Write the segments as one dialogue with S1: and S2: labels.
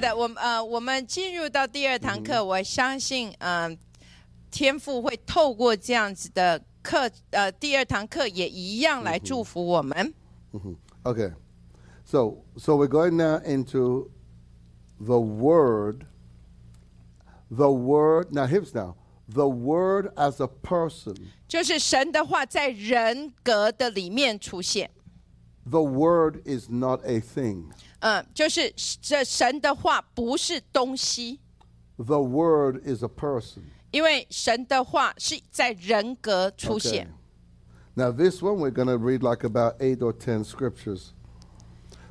S1: 的，我们呃，我们进入到第二堂课，我相信，嗯、天父会透过这样子的课，呃，第二堂课也一样来祝福我们。
S2: Okay. So so we're going now into the word. The word now hips now. The word as a person.
S1: 就是神的话在人格的里面出现，
S2: The word is not a thing.
S1: 嗯，就是这神的话不是东西，
S2: The word is a person.
S1: 因为神的话是在人格出
S2: Okay.
S1: 现。
S2: Now this one we're gonna read like about eight or ten scriptures.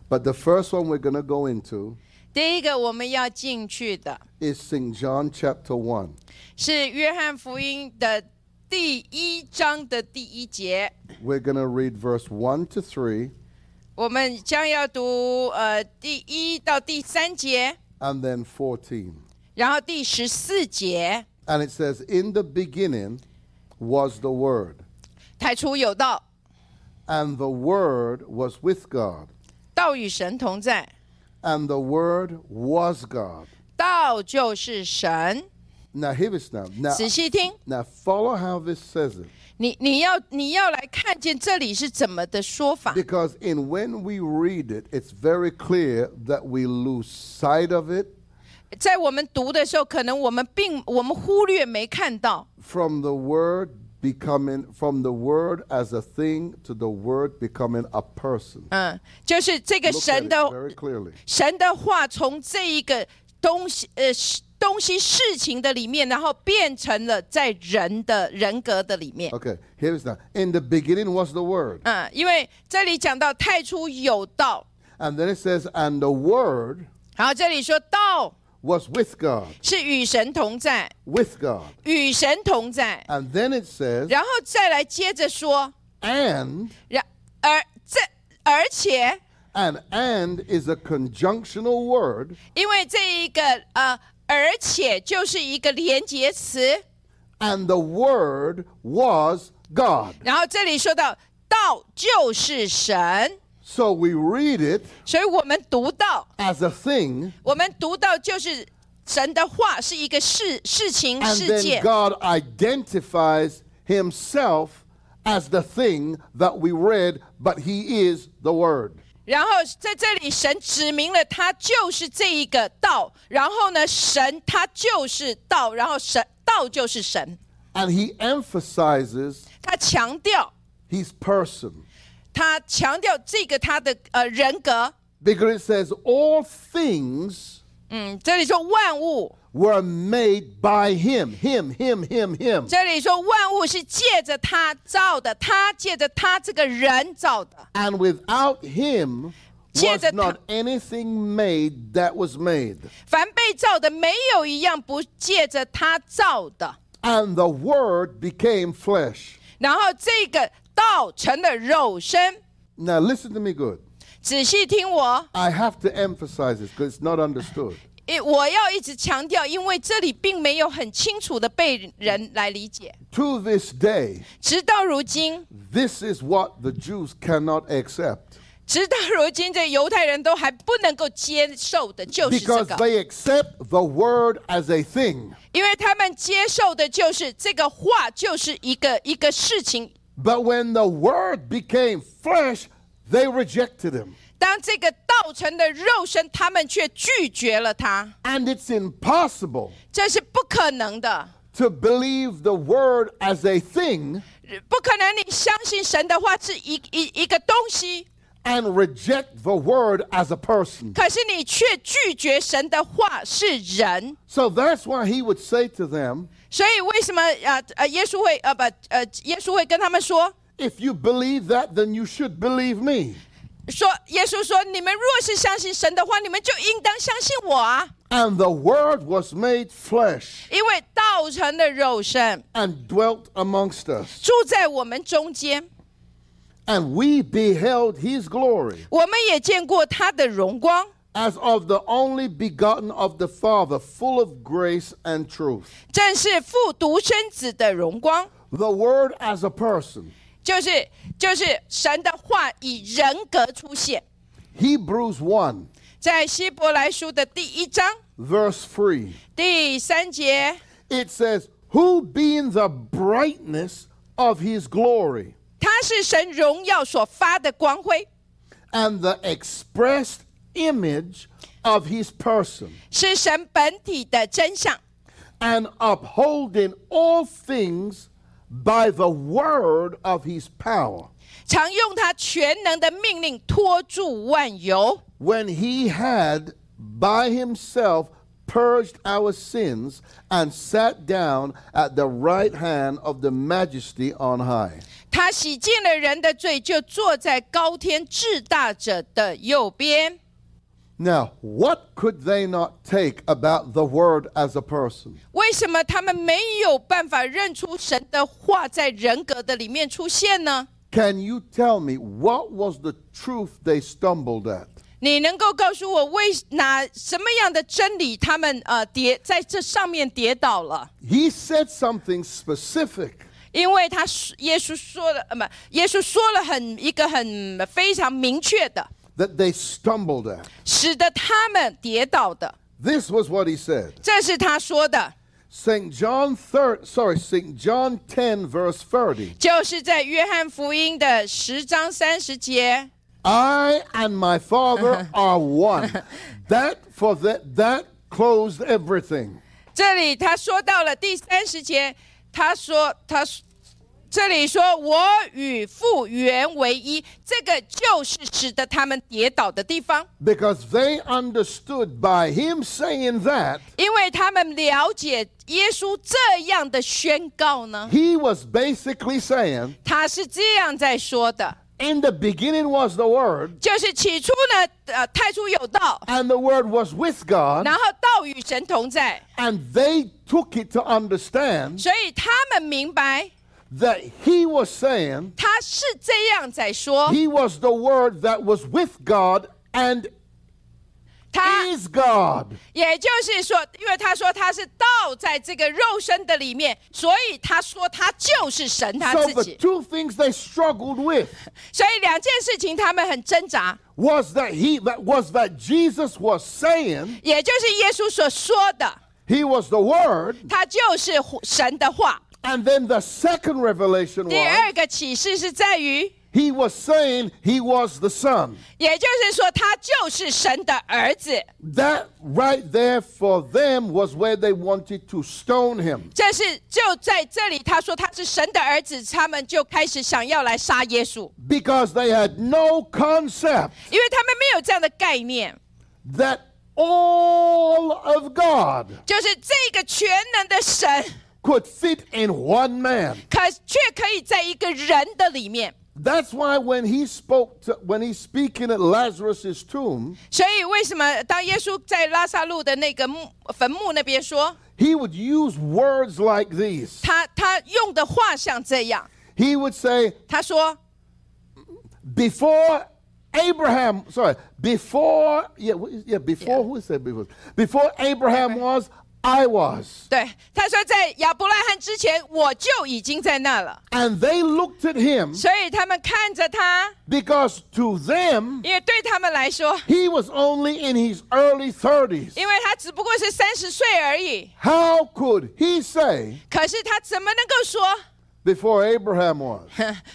S2: But the first one we're gonna go into
S1: 第一个我们要进去的
S2: is St. John chapter one.
S1: 是约翰福音的第一章的第一节，
S2: We're gonna read verse one to three
S1: 我们将要读呃第一到第三节，
S2: and then fourteen.
S1: 然后第十四节，
S2: And it says, In the beginning was the Word,
S1: 太初有道，
S2: and the Word was with God,
S1: 道与神同在，
S2: and the Word was God.
S1: 道就是神。
S2: Now, here is now. Now,
S1: 仔细听，
S2: now follow how this says it.
S1: 你你要你要来看见这里是怎么的说法，
S2: Because in when we read it, it's very clear that we lose sight of it
S1: 在我们读的时候，可能我们并我们忽略没看到，
S2: from the Word becoming, from the Word as a thing to the Word becoming a person.
S1: 嗯，就是这个
S2: Look
S1: 神
S2: at
S1: 的
S2: it very clearly.
S1: 神的话从这一个东西呃是东西事情的里面，然后变成了在人的人格的里面。
S2: Okay, here is now. In the beginning was the Word.
S1: 嗯，因为这里讲到太初有道，
S2: And then it says, and the Word
S1: 然后这里说道
S2: was with God,
S1: 是与神同在，
S2: with God.
S1: 与神同在，
S2: And then it says,
S1: 然后再来接着说，
S2: and,
S1: 然而这而且
S2: and and is a conjunctional word,
S1: 因为这一个呃，而且就是一个连接词，
S2: and the Word was God.
S1: 然后这里说到道就是神，
S2: So we read it
S1: 所以我们读到。
S2: as a thing,
S1: 我们读到就是神的话是一个事事情
S2: and
S1: 事
S2: then
S1: 件，
S2: God identifies Himself as the thing that we read, but He is the Word.
S1: 然后在这里神指明了他就是这一个道，然后呢，神他就是道，然后神道就是神，
S2: And He emphasizes
S1: 他强调
S2: His person.
S1: 他强调这个他的呃人格，
S2: Because it says, all things
S1: 嗯，这里说万物，
S2: were made by him. Him, him, him, him.
S1: 这里说万物是借着他造的，他借着他这个人造的，
S2: And without him was
S1: Cheers,
S2: not anything made that was made.
S1: 凡被造的没有一样不借着他造的。
S2: And the word became flesh.
S1: 然后这个道成了肉身。
S2: Now listen to me good.
S1: 仔细听我，
S2: I have to emphasize this because it's not understood.
S1: 一我要一直强调，因为这里并没有很清楚的被人来理解。
S2: To this day,
S1: 直到如今，
S2: this is what the Jews cannot accept.
S1: 直到如今，这犹太人都还不能够接受的就是这
S2: Because
S1: 个，
S2: they accept the word as a thing.
S1: 因为他们接受的就是这个话，就是一个一个事情。
S2: But when the word became flesh, they rejected him.
S1: 当这个道成的肉身，他们却拒绝了他，
S2: And it's impossible
S1: 这是不可能的，
S2: to believe the word as a thing
S1: 不可能。你相信神的话是一一一个东西，
S2: and reject the word as a person.
S1: 可是你却拒绝神的话是人，
S2: So that's why he would say to them,
S1: 所以为什么呃呃耶稣会呃不呃耶稣会跟他们说
S2: if you believe that, then you should believe me.
S1: 说耶稣说你们若是相信神的话，你们就应当相信我啊，
S2: And the word was made flesh
S1: 因为道成的肉身
S2: and dwelt amongst us.
S1: 住在我们中间，
S2: And we beheld his glory
S1: 我们也见过他的荣光，
S2: as of the only begotten of the Father, full of grace and truth.
S1: 正是父独生子的荣光，
S2: the word as a person.
S1: 就是就是神的话以人格出现。
S2: Hebrews 1
S1: 在希伯来书的第一章
S2: verse 3.
S1: 第三节，
S2: It says, Who being the brightness of his glory
S1: 他是神荣耀所发的光辉，
S2: and the expressed image of his person,
S1: 是神本体的真相，
S2: and upholding all things by the word of his power.
S1: 常用他全能的命令托住万有。
S2: when he had by himself purged our sins and sat down at the right hand of the majesty on high.
S1: 他洗净了人的罪，就坐在高天至大者的右边。
S2: Now, what could they not take about the word as a person?
S1: 为什么他们没有办法认出神的话在人格的里面出现呢？
S2: Can you tell me what was the truth they stumbled at?
S1: 你能够告诉我为哪什么样的真理他们呃跌在这上面跌倒了？
S2: He said something specific.
S1: 因为他说耶稣说了，呃，不，耶稣说了很一个很非常明确的，
S2: That they stumbled at.
S1: 使得他们跌倒的，
S2: This was what he said.
S1: 这是他说的，
S2: St. John thir- sorry, St. John 10 verse 30.
S1: 就是在约翰福音的十章三十节，
S2: I and my Father are one. That for that that closed everything.
S1: 这里他说到了第三十节，他说他这里说我与父原为一，这个就是使得他们跌倒的地方，
S2: Because they understood by him saying that
S1: 因为他们了解耶稣这样的宣告呢，
S2: he was basically saying,
S1: 他是这样在说的，
S2: in the beginning was the word,
S1: 就是起初呢，呃，太初有道，
S2: and the word was with God,
S1: 然后道与神同在，
S2: and they took it to understand
S1: 所以他们明白
S2: that he was saying
S1: 他是这样在说，
S2: he was the word that was with God and
S1: 他
S2: is God.
S1: 也就是说，因为他说他是道在这个肉身的里面，所以他说他就是神他
S2: So
S1: 自
S2: the
S1: 己。
S2: two things they struggled with
S1: 所以两件事情他们很挣扎，
S2: was that he that was that Jesus was saying
S1: 也就是耶稣所说的，
S2: he was the word
S1: 他就是神的话。
S2: and then the second revelation
S1: 第
S2: was
S1: 二个启示是在于，
S2: he was saying he was the son
S1: 也就是说他就是神的儿子。
S2: that right there for them was where they wanted to stone him
S1: 这是就在这里，他说他是神的儿子，他们就开始想要来杀耶稣，
S2: because they had no concept
S1: 因为他们没有这样的概念，
S2: that all of God
S1: 就是这个全能的神。
S2: could fit in one man
S1: 可却可以在一个人的里面。
S2: that's why when he spoke to, when he's speaking at Lazarus's tomb
S1: 所以为什么当耶稣在拉萨路的那个墓坟墓那边说，
S2: he would use words like these
S1: 他他用的话像这样，
S2: he would say,
S1: 他说
S2: before Abraham, sorry, before, yeah, wh- yeah before, who is that before? Before Abraham was, I was.
S1: 对，他说在亚伯拉罕之前我就已经在那了，
S2: And they looked at him
S1: 所以他们看着他，
S2: because to them,
S1: 因为对他们来说，
S2: he was only in his early 30s.
S1: 因为他只不过是三十岁而已，
S2: How could he say,
S1: 可是他怎么能够说，
S2: before Abraham was,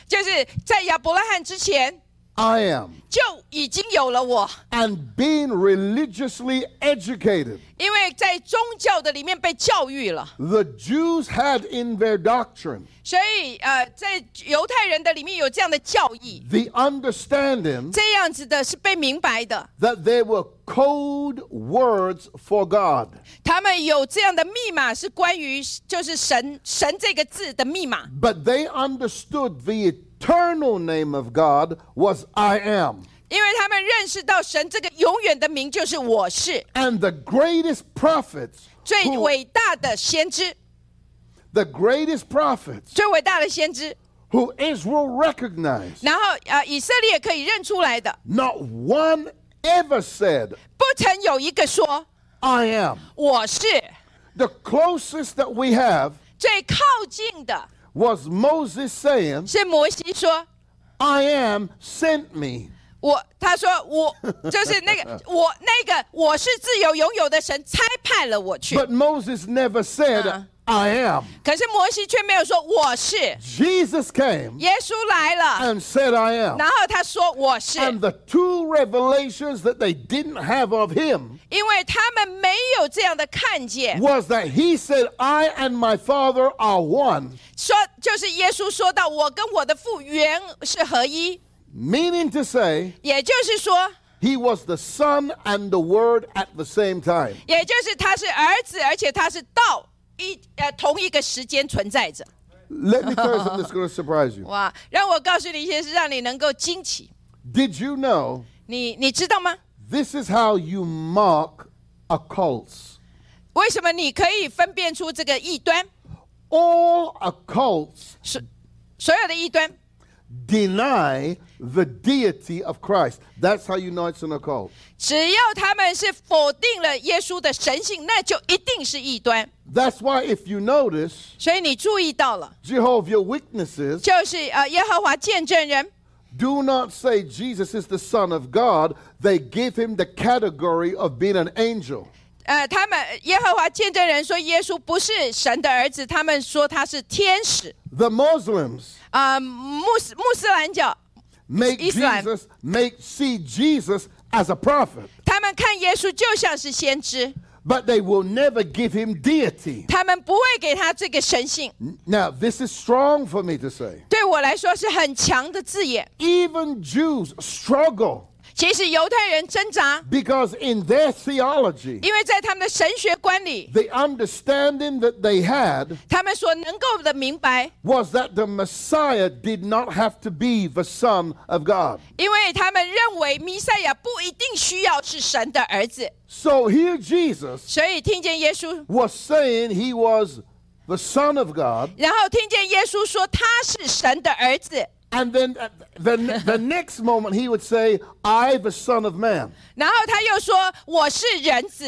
S1: 就是在亚伯拉罕之前
S2: I am?
S1: 就已经有了我？
S2: And being religiously educated,
S1: 因为在宗教的里面被教育了。
S2: the Jews had in their doctrine
S1: 所以，呃，在犹太人的里面有这样的教义，
S2: the understanding
S1: 这样子的是被明白的。
S2: that there were code words for God.
S1: 他们有这样的密码，是关于就是神神这个字的密码。
S2: But they understood the eternal name of God was I am.
S1: 因为他们认识到神这个永远的名就是我是
S2: And the greatest prophets,
S1: 最
S2: who-
S1: 伟大的先知，
S2: the greatest prophets
S1: 最伟大的先知。
S2: who Israel recognized,
S1: 然后，呃，以色列可以认出来的，
S2: not one ever said,
S1: 不曾有一个说
S2: I am.
S1: 我是
S2: The closest that we have
S1: 最靠近的，
S2: was Moses saying,
S1: 是摩西说
S2: I am sent me.
S1: 我他说 我就是那个我那个我是自由拥有的神差派了我去，
S2: But Moses never said,
S1: Uh.
S2: I am.
S1: 可是摩西却没有说我是，
S2: Jesus came
S1: 耶稣来了，
S2: and said, I am.
S1: 然后他说我是，
S2: And the two revelations that they didn't have of him
S1: 因为他们没有这样的看见，
S2: was that he said, I and my Father are one,
S1: 说就是耶稣说到我跟我的父原是合一，
S2: meaning to say,
S1: 也就是说，
S2: he was the Son and the Word at the same time.
S1: 也就是他是儿子，而且他是道一呃同一个时间存在着。
S2: Let me tell you something that's going to surprise you.
S1: 哇，让我告诉你一些事，让你能够惊奇。
S2: Did you know
S1: 你你知道吗？
S2: this is how you mark occults?
S1: 为什么你可以分辨出这个异端？
S2: All occults
S1: 所所有的异端，
S2: deny the deity of Christ. That's how you know it's an occult.
S1: 只要他们是否定了耶稣的神性，那就一定是异端。
S2: That's why, if you notice,
S1: 所以你注意到了，
S2: Jehovah Witnesses
S1: 就是呃，耶和华见证人，
S2: do not say Jesus is the Son of God. They give him the category of being an angel.
S1: 呃，他们耶和华见证人说耶稣不是神的儿子，他们说他是天使。
S2: The Muslims
S1: 啊、穆斯穆斯兰教，
S2: make
S1: Islam.
S2: Jesus make see Jesus as a prophet,
S1: 他们看耶稣就像是先知，
S2: but they will never give him deity.
S1: 他们不会给他这个神性。
S2: Now, this is strong for me to say.
S1: 对我来说是很强的字眼。
S2: Even Jews struggle
S1: 其实犹太人挣扎，
S2: because in their theology,
S1: 因为在他们的神学观里，
S2: the understanding that they had
S1: 他们所能够的明白，
S2: was that the Messiah did not have to be the Son of God.
S1: 因为他们认为弥赛亚不一定需要是神的儿子，
S2: So here Jesus
S1: 所以听见耶稣，
S2: was saying he was the Son of God,
S1: 然后听见耶稣说他是神的儿子，
S2: and then at the, the, the next moment he would say, I, the Son of Man.
S1: 然后他又说我是人子，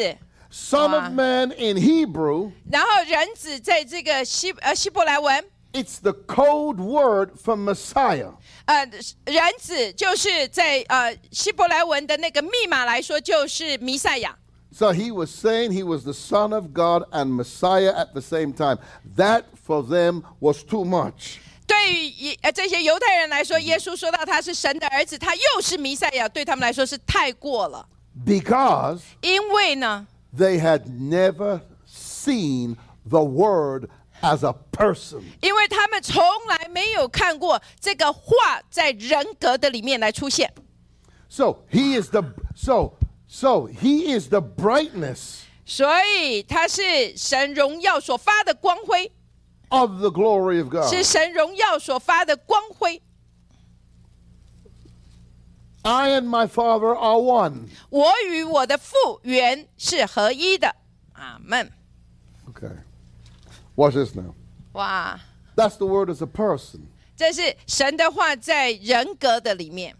S2: Son
S1: Wow.
S2: of Man in Hebrew,
S1: 然后人子在这个希呃希伯来文，
S2: it's the code word for Messiah.
S1: 呃人子就是在呃希伯来文的那个密码来说就是弥赛亚。
S2: So he was saying he was the Son of God and Messiah at the same time. That for them was too much.
S1: 对于以呃这些犹太人来说，耶稣说到他是神的儿子，他又是弥赛亚，对他们来说是太过了。
S2: Because
S1: 因为呢，
S2: they had never seen the word as a person.
S1: 因为他们从来没有看过这个话在人格的里面来出现，
S2: So he is the so so he is the brightness
S1: 所以他是神荣耀所发的光辉，
S2: of the glory of God.
S1: 是神荣耀所发的光辉。
S2: I and my Father are one.
S1: 我与我的父原是合一的，阿门。
S2: Okay. Watch this now.
S1: 哇，
S2: That's the word as a person.
S1: 这是神的话在人格的里面，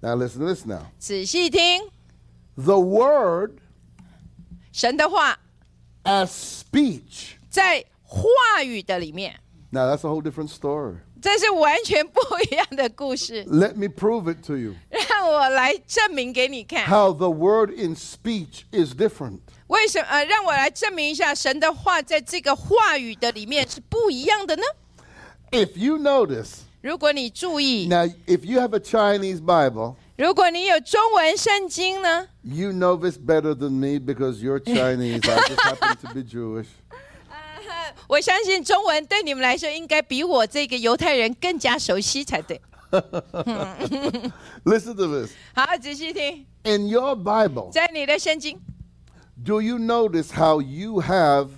S2: Now listen to this now.
S1: 仔细听，
S2: The word
S1: 神的话
S2: as speech.
S1: 在话语的里面，
S2: Now that's a whole different story.
S1: 这是完全不一样的故事。
S2: Let me prove it to you.
S1: 让我来证明给你看，
S2: How the word in speech is different.
S1: 为什么？呃，让我来证明一下，神的话在这个话语的里面是不一样的呢？
S2: If you notice,
S1: 如果你注意，
S2: Now, if you have a Chinese Bible,
S1: 如果你有中文圣经呢？
S2: you know this better than me because you're Chinese. I just happen to be Jewish.
S1: 我相信中文对你们来说应该比我这个犹太人更加熟悉才对。
S2: Listen to this.
S1: 好，仔细听，
S2: In your Bible,
S1: 在你的圣经，
S2: do you notice how you have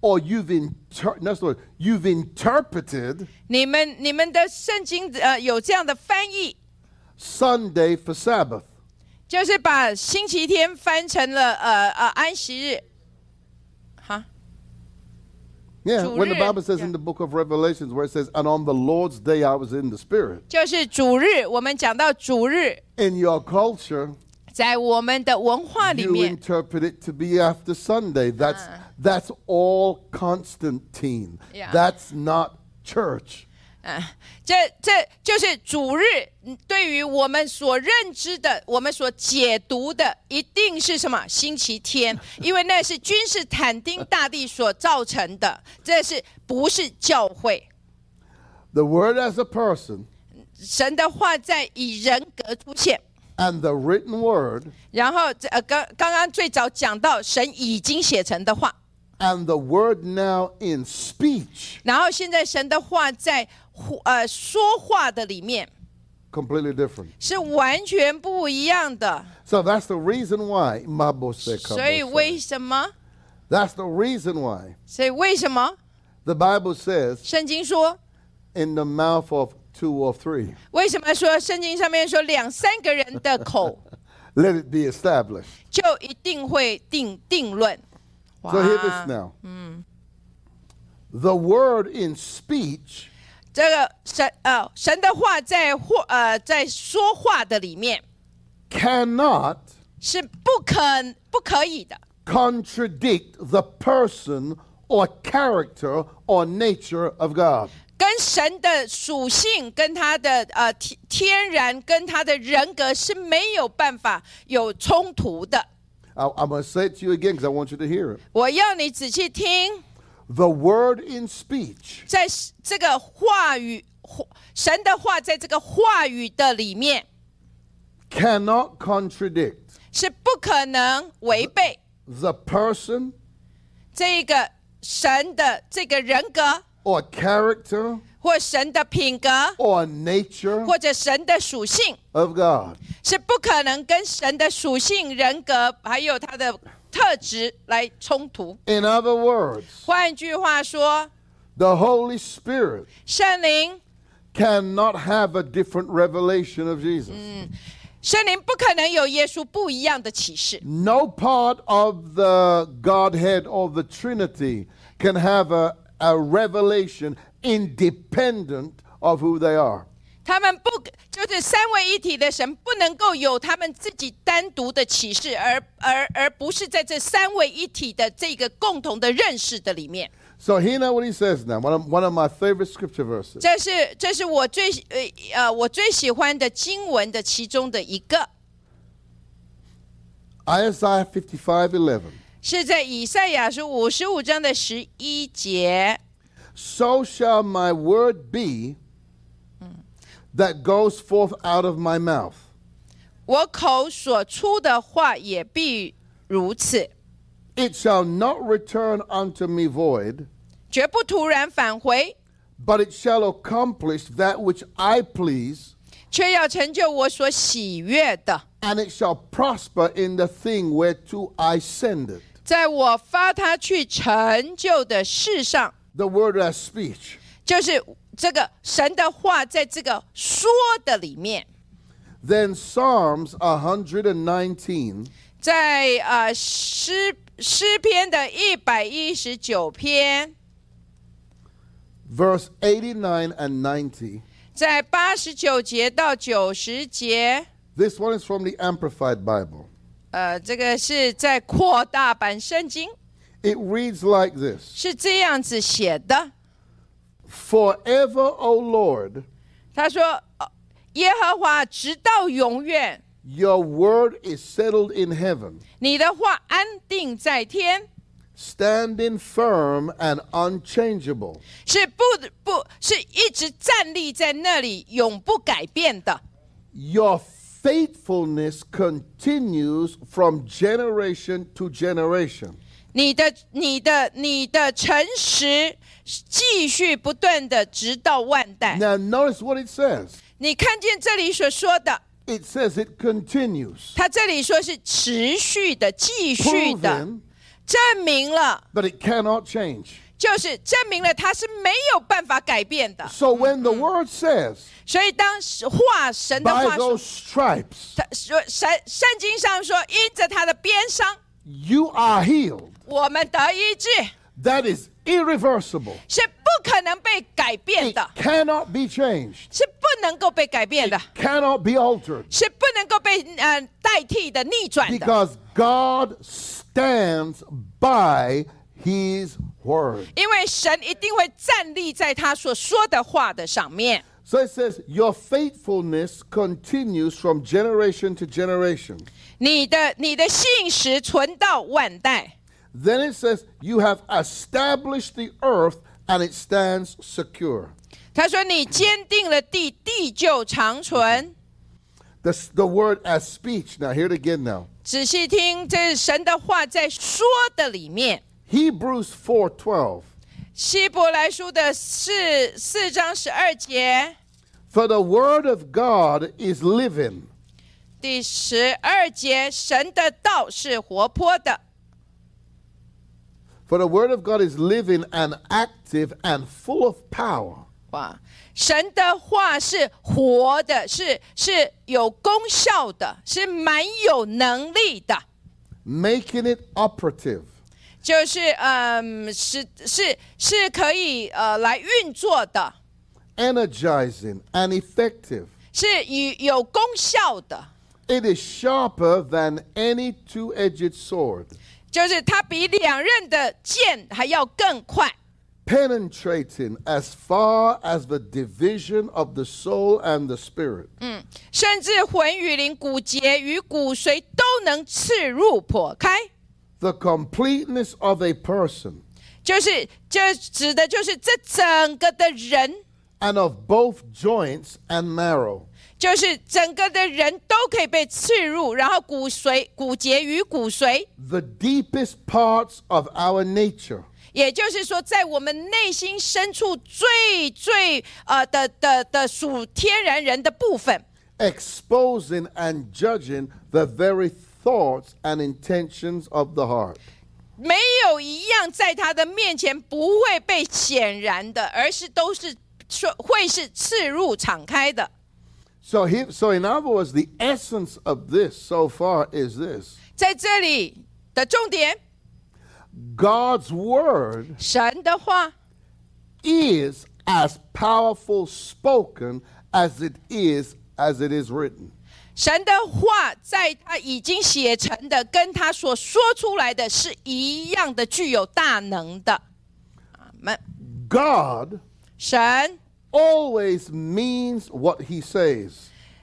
S2: or you've inter- no, sorry, you've interpreted
S1: 你们你们的圣经呃有这样的翻译，
S2: Sunday for Sabbath?
S1: 就是把星期天翻成了呃呃安息日，哈，
S2: Yeah, when the
S1: Jury,
S2: Bible says in
S1: yeah.
S2: the book of Revelations where it says, and on the Lord's day I was in the Spirit.
S1: 就是主日。我们讲到主日，
S2: In your culture,
S1: 在我们的文化里
S2: you
S1: 面，
S2: interpret it to be after Sunday. That's that's all Constantine.
S1: Ah. Yeah.
S2: That's not church.
S1: 嗯，这这就是主日嗯对于我们所认知的、我们所解读的，一定是什么星期天，因为那是君士坦丁大帝所造成的，这是不是教会？
S2: The word as a person
S1: 神的话在以人格出现，
S2: and the written word
S1: 然后这呃刚刚刚最早讲到神已经写成的话，
S2: and the word now in speech
S1: 然后现在神的话在呼呃说话的里面
S2: completely different.
S1: 是完全不一样的，
S2: So that's the reason why mabose
S1: 所以
S2: kabose.
S1: 为什么？
S2: That's the reason why
S1: 所以为什么？
S2: the Bible says
S1: 圣经说，
S2: in the mouth of two or three,
S1: 为什么说圣经上面说两三个人的口
S2: let it be established.
S1: 就一定会定定论？
S2: So hear this now. The word in speech
S1: 这个神呃神的话在或呃在说话的里面
S2: cannot
S1: 是不可不可以的，
S2: contradict the person or character or nature of God.
S1: 跟神的属性跟他的呃天天然跟他的人格是没有办法有冲突的。
S2: I, I'm going to say it to you again because I want you to hear it.
S1: 我要你仔细听，
S2: The word in speech
S1: 在这个话语话神的话在这个话语的里面。
S2: cannot contradict
S1: 是不可能违背
S2: the person
S1: 这个神的这个人格，
S2: or character
S1: 或神的品格，
S2: or nature
S1: 或者神的属性，
S2: of God.
S1: 是不可能跟神的属性、人格还有他的特质来冲突。
S2: In other words,
S1: 换句话说，
S2: the Holy Spirit
S1: 圣灵，
S2: cannot have a different revelation of Jesus.
S1: 圣灵不可能有耶稣不一样的启示。
S2: No part of the Godhead or the Trinity can have a, a revelation independent of who they are.
S1: 他们不就是三位一体的神，不能够有他们自己单独的启示，而而而不是在这三位一体的这个共同的认识的里面。
S2: So here now what he says now, one of, one of my favorite scripture verses.
S1: 这是这是我最呃呃我最喜欢的经文的其中的一个，
S2: Isaiah 55, 11.
S1: 是在以赛亚书五十五章的十一节。
S2: So shall my word be that goes forth out of my mouth.
S1: 我口所出的话也必如此，
S2: It shall not return unto me void,
S1: 绝不突然返回，
S2: but it shall accomplish that which I please,
S1: 却要成就我所喜悦的。
S2: and it shall prosper in the thing whereto I send it.
S1: 在我发他去成就的事上，
S2: The word as speech.
S1: 就是这个神的话，在这个说的里面，
S2: Then Psalms 119,
S1: 在呃诗诗篇的一百一十九篇，
S2: verse 89 and 90.
S1: 在八十九节到九十节，
S2: This one is from the Amplified Bible.
S1: 呃，这个是在扩大版圣经，
S2: It reads like this.
S1: 是这样子写的。
S2: Forever, O Lord,
S1: 他说：“呃耶和华直到永远，
S2: your word is settled in heaven,
S1: 你的话安定在天，
S2: standing firm and unchangeable.
S1: 是不不是一直站立在那里，永不改变的。
S2: Your faithfulness continues from generation to generation.
S1: 你的你的你的诚实继续不断的，直到万代。
S2: Now, notice what it says.
S1: 你看见这里所说的，
S2: It says it continues,
S1: 他这里说是持续的、继续的。”
S2: proven
S1: 证明了，
S2: that it cannot change.
S1: 就是证明了它是没有办法改变的。
S2: So, when the word says,
S1: 所以当时话神的
S2: by
S1: 话说，
S2: those stripes
S1: 他说神圣经上说，因着他的鞭伤，
S2: you are healed,
S1: 我们得医治，
S2: that is irreversible.
S1: 是不可能被改变
S2: It
S1: 的，
S2: cannot be changed.
S1: 是不能够被改变的，
S2: cannot be altered
S1: 是不能够被呃代替的、逆转的，
S2: because God stands by his word.
S1: 因为神一定会站立在他所说的话的上面。
S2: So it says, Your faithfulness continues from generation to generation.
S1: 你的你的信实存到万代。
S2: Then it says, You have established the earth and it stands secure.
S1: 他说：“你坚定了地，地就长存。
S2: The, s- the word as speech. Now, hear it again now. ”
S1: 仔细听，这是神的话在说的里面。
S2: Hebrews 4:12.
S1: 希伯来书的四四章十二节
S2: For the word of God is living.
S1: 第十二节，神的道是活泼的，
S2: For the word of God is living and active and full of power.
S1: 哇！神的话是活的，是是有功效的，是蛮有能力的，
S2: making it operative,
S1: 就是嗯，是是是可以呃来运作的，
S2: energizing, and effective.
S1: 是有有功效的。
S2: It is sharper than any two edged sword,
S1: 就是它比两刃的剑还要更快，
S2: penetrating as far as the division of the soul and the spirit,
S1: 嗯甚至魂与灵、骨节与骨髓都能刺入破开。
S2: the completeness of a person,
S1: 就是这指的就是这整个的人，
S2: and of both joints and marrow.
S1: 就是整个的人都可以被刺入，然后骨髓、骨节与骨髓，
S2: The deepest parts of our nature,
S1: 也就是说，在我们内心深处最最呃的的的属天然人的部分。
S2: exposing and judging the very thoughts and intentions of the heart.
S1: 没有一样在他的面前不会被显然的，而是都是说会是刺入敞开的。
S2: So he, so in other words, the essence of this so far is this:
S1: 在这里的重点，
S2: God's word
S1: 神的话
S2: is as powerful spoken as it is as it is written.
S1: 神的话在他已经写成的，跟他所说出来的是一样的，具有大能的。阿门。
S2: God
S1: 神，
S2: always means what He says,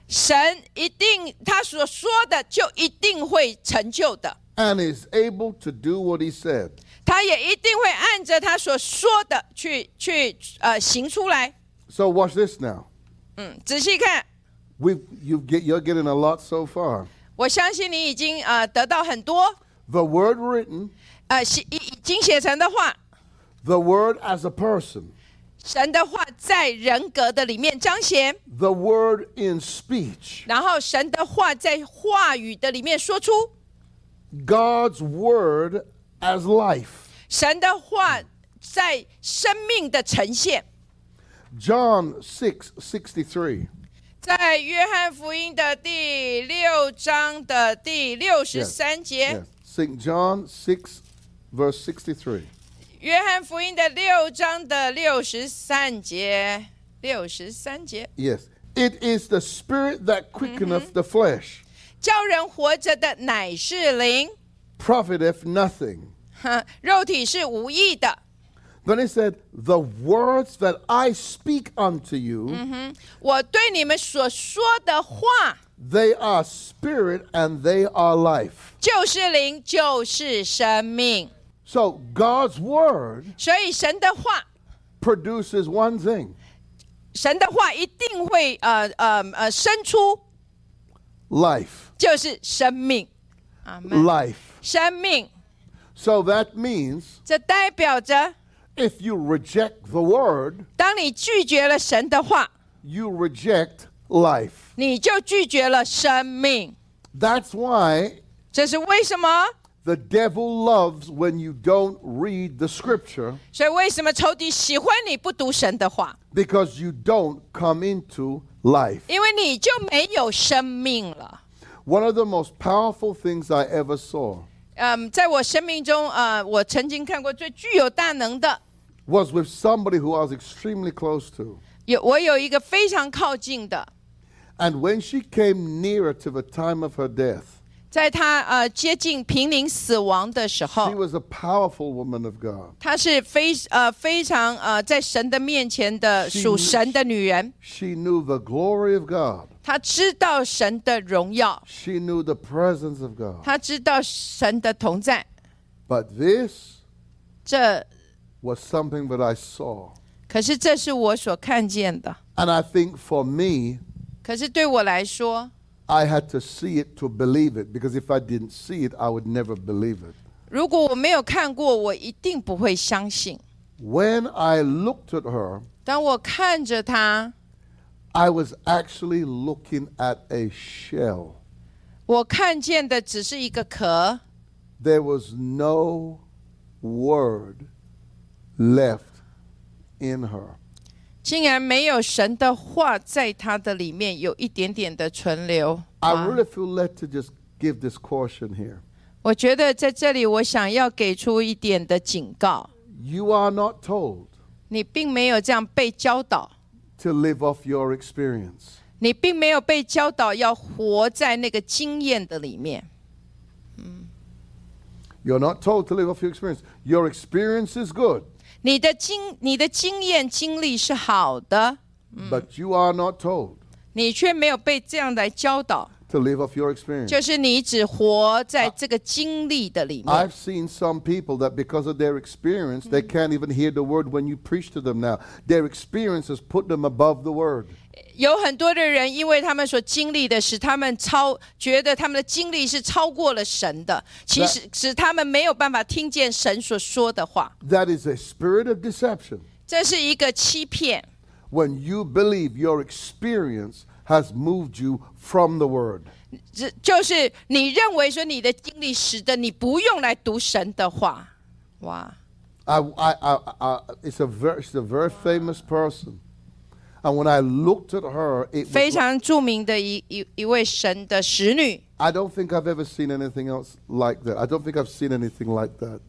S1: 神一定他所说的就一定会成就的，
S2: and is able to do what He said.
S1: 他也一定会按着他所说的去去呃行出来。
S2: So watch this now.
S1: 嗯，仔细看，
S2: We you get you're getting a lot so far.
S1: 我相信你已经呃得到很多
S2: The word written,
S1: 呃写已已经写成的话，
S2: the word as a person,
S1: 神的话在人格的里面彰显，
S2: the word in speech.
S1: 然后神的话在话语的里面说出，
S2: God's word as life.
S1: 神的话在生命的呈现，
S2: John 6 63.
S1: 在约翰福音的第六章的第六十三节
S2: Yes. St. John 6, verse 63.
S1: 约翰福音的六章的六十三节，六十三节。
S2: Yes. It is the spirit that quickeneth the flesh,
S1: 叫人活着的乃是灵，
S2: profiteth nothing.
S1: 哼，肉体是无益的。
S2: Then he said, The words that I speak unto you,
S1: 我对你们所说的话，
S2: they are spirit and they are life.
S1: 就是灵，就是生命。
S2: So God's word
S1: 所以神的话，
S2: produces one thing
S1: 神的话一定会呃呃呃生出，
S2: life.
S1: 就是生命。阿门。
S2: Life.
S1: 生命，
S2: So that means
S1: 这代表着，
S2: if you reject the word,
S1: 当你拒绝了神的话，
S2: you reject life.
S1: 你就拒绝了生命。
S2: That's why
S1: 这是为什么？
S2: the devil loves when you don't read the scripture
S1: 所以为什么仇敌喜欢你不读神的话？
S2: because you don't come into life.
S1: 因为你就没有生命了。
S2: One of the most powerful things I ever saw
S1: 嗯，在我生命中，呃，我曾经看过最具有大能的，
S2: was with somebody who I was extremely close to.
S1: 有我有一个非常靠近的，
S2: And when she came nearer to the time of her death,
S1: 在她呃接近濒临死亡的时
S2: She
S1: 候，
S2: was a powerful woman of God.
S1: 她是非呃非常呃在神的面前的属神的女人，
S2: She knew the glory of God.
S1: 她知道神的荣耀，
S2: She knew the presence of God.
S1: 她知道神的同在。
S2: But this
S1: 这
S2: was something that I saw.
S1: 可是这是我所看见的，
S2: And I think for me,
S1: 可是对我来说，
S2: I had to see it to believe it because if I didn't see it, I would never believe it.
S1: 如果我没有看过，我一定不会相信。
S2: When I looked at her,
S1: 当我看着她，
S2: I was actually looking at a shell.
S1: 我看见的只是一个壳，
S2: There was no word left in her.
S1: 竟然没有神的话在它的里面有一点点的存留。
S2: I really feel led to just give this caution here.
S1: 我觉得在这里，我想要给出一点的警告：
S2: You are not told
S1: 你并没有这样被教导，
S2: to live off your experience.
S1: 你并没有被教导要活在那个经验的里面。
S2: You're not told to live off your experience. Your experience is good,
S1: 你的经、你的经验、经历是好的，
S2: but you are not told
S1: 你却没有被这样来教导，
S2: to live off your experience.
S1: 就是你只活在这个经历的里面。
S2: I've seen some people that because of their experience, they can't even hear the word when you preach to them now. Their experience has put them above the word.
S1: 有很多的人，因为他们所经历的，使他们超觉得他们的经历是超过了神的，其实使他们没有办法听见神所说的话。
S2: That is a spirit of deception.
S1: 这是一个欺骗。
S2: When you believe your experience has moved you from the word.
S1: 这就是你认为说你的经历使得你不用来读神的话，哇！
S2: I, I, I, I, it's a very, she's a very famous person. And when I looked at her, it was
S1: 非
S2: like-
S1: 常著名的一一一位神的使女，
S2: I don't think I've ever seen anything else like that. I don't think I've seen anything like that.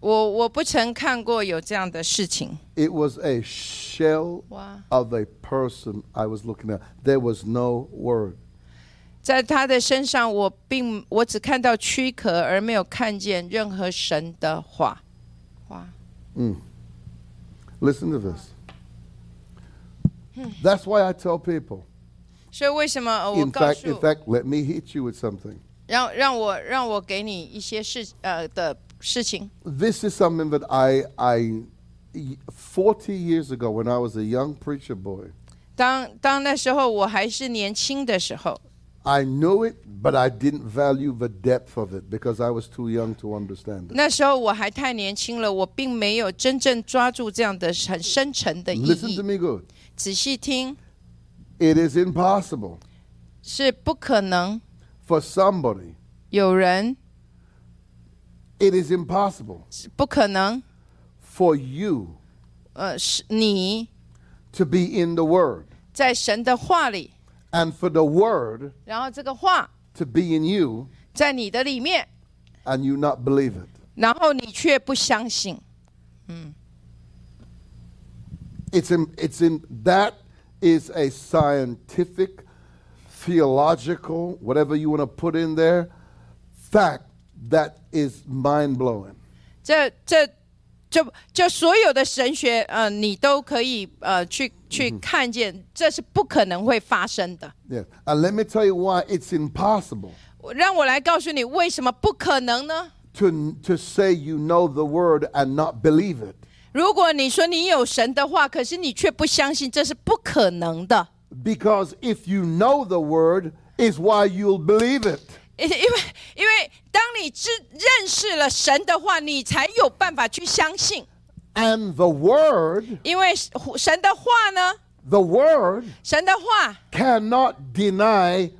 S1: 我我不曾看过有这样的事情，
S2: It was a shell
S1: Wow.
S2: of a person I was looking at. There was no word.
S1: 在她的身上，我并我只看到躯壳，而没有看见任何神的话，哇！
S2: Listen to this. That's why I tell people.
S1: 所以为什么呃我
S2: In
S1: 告
S2: fact, in
S1: 诉
S2: fact, let me hit you with something.
S1: 让让我让我给你一些事呃的事情，
S2: This is something that I, I, 40 years ago, when I was a young preacher boy,
S1: 当当那时候我还是年轻的时候，
S2: I knew it, but I didn't value the depth of it because I was too young to understand it.
S1: 那时候我还太年轻了，我并没有真正抓住这样的很深沉的意
S2: Listen
S1: 义。
S2: to me good.
S1: 仔细听，
S2: It is impossible
S1: 是不可能
S2: for somebody.
S1: 有人，
S2: It is impossible
S1: 是不可能，
S2: for you
S1: 呃，是你
S2: to be in the Word,
S1: 在神的话里，
S2: and for the Word
S1: 然后这个话
S2: to be in you,
S1: 在你的里面，
S2: and you not believe it.
S1: 然后你却不相信，
S2: It's in, it's in that is a scientific, theological, whatever you want to put in there, fact that is mind blowing.
S1: 这这就就所有的神学，呃，你都可以呃去
S2: 嗯
S1: 去看见，这是不可能会发生的。
S2: Yeah. And let me tell you why it's impossible
S1: 我让我来告诉你为什么不可能呢？
S2: to, to say you know the word and not believe it.
S1: 如果你说你有神的话，可是你却不相信，这是不可能的。
S2: Because if you know the word, is why you'll believe it.
S1: 因因为因为当你知认识了神的话，你才有办法去相信。
S2: And the word,
S1: 因为神的话呢，
S2: the word
S1: 神的话，
S2: cannot deny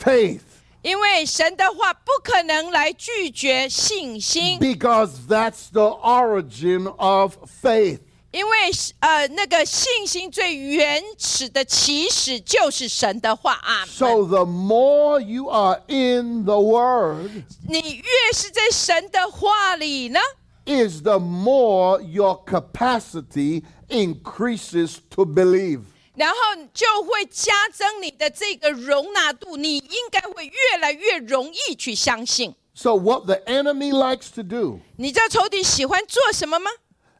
S2: faith
S1: 因为神的话不可能来拒绝信心，
S2: because that's the origin of faith.
S1: 因为呃那个信心最原始的起始就是神的话啊。
S2: So the more you are in the word,
S1: 你越是在神的话里呢，
S2: is the more your capacity increases to believe.
S1: 然后就会加增你的这个容纳度，你应该会越来越容易去相信。
S2: So, what the enemy likes to do
S1: 你知道仇敌喜欢做什么吗？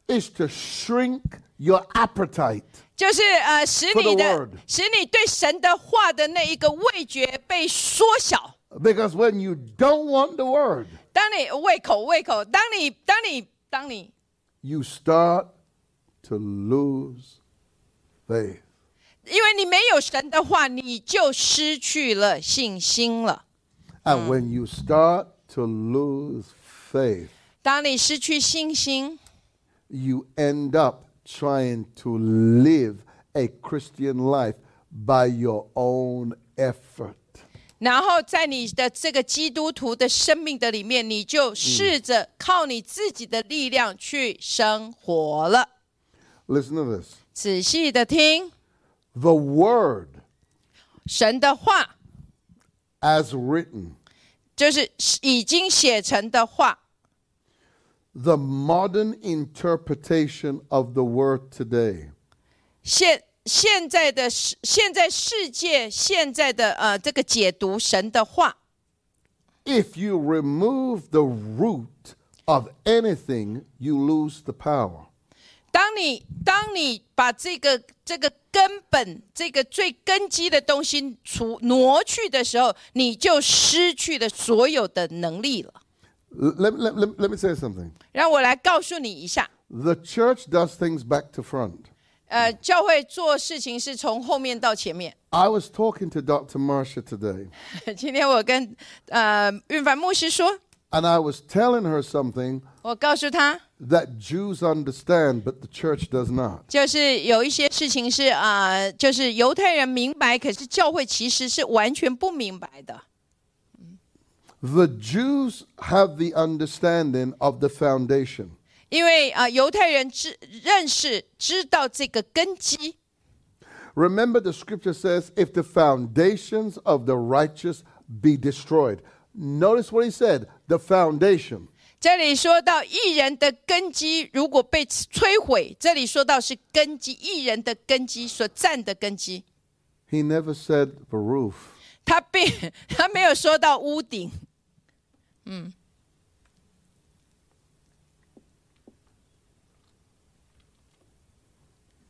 S2: is to shrink your appetite.
S1: 就是呃，使
S2: For the
S1: 你的
S2: word.
S1: 使你对神的话的那一个味觉被缩小。
S2: Because when you don't want the word,
S1: 当你胃口胃口，当你当你当你，
S2: you start to lose faith.
S1: 因为你没有神的话，你就失去了信心了。
S2: And when you start to lose faith,
S1: 当你失去信心，
S2: you end up trying to live a Christian life by your own effort.
S1: 然后在你的这个基督徒的生命的里面，你就试着靠你自己的力量去生活了。
S2: Listen to this.
S1: 仔细的听
S2: The word
S1: 神的话，
S2: as written,
S1: 就是已经写成的话。
S2: the modern interpretation of the word today
S1: 现现在的世，现在世界现在的呃这个解读神的话，
S2: If you remove the root of anything, you lose the power.
S1: 当你当你把这个这个根本这个最根基的东西除挪去的时候，你就失去了所有的能力了。
S2: L- Let, let- let- let me say something.
S1: 让我来告诉你一下，
S2: The church does things back to front.
S1: 呃，教会做事情是从后面到前面。
S2: I was talking to Dr. Marcia today,
S1: 今天我跟呃运凡牧师说，
S2: and I was telling her something
S1: 我告诉他，
S2: that Jews understand, but the church does not.
S1: 就是有一些事情是啊、呃就是犹太人明白，可是教会其实是完全不明白的。
S2: The Jews have the understanding of the foundation,
S1: 因为啊、呃犹太人知认识知道这个根基，
S2: Remember, the scripture says, if the foundations of the righteous be destroyed. Notice what he said the foundation.
S1: 这里说到艺人的根基如果被摧毁，这里说到是根基，艺人的根基所站的根基，
S2: He never said the roof.
S1: 他并他没有说到屋顶，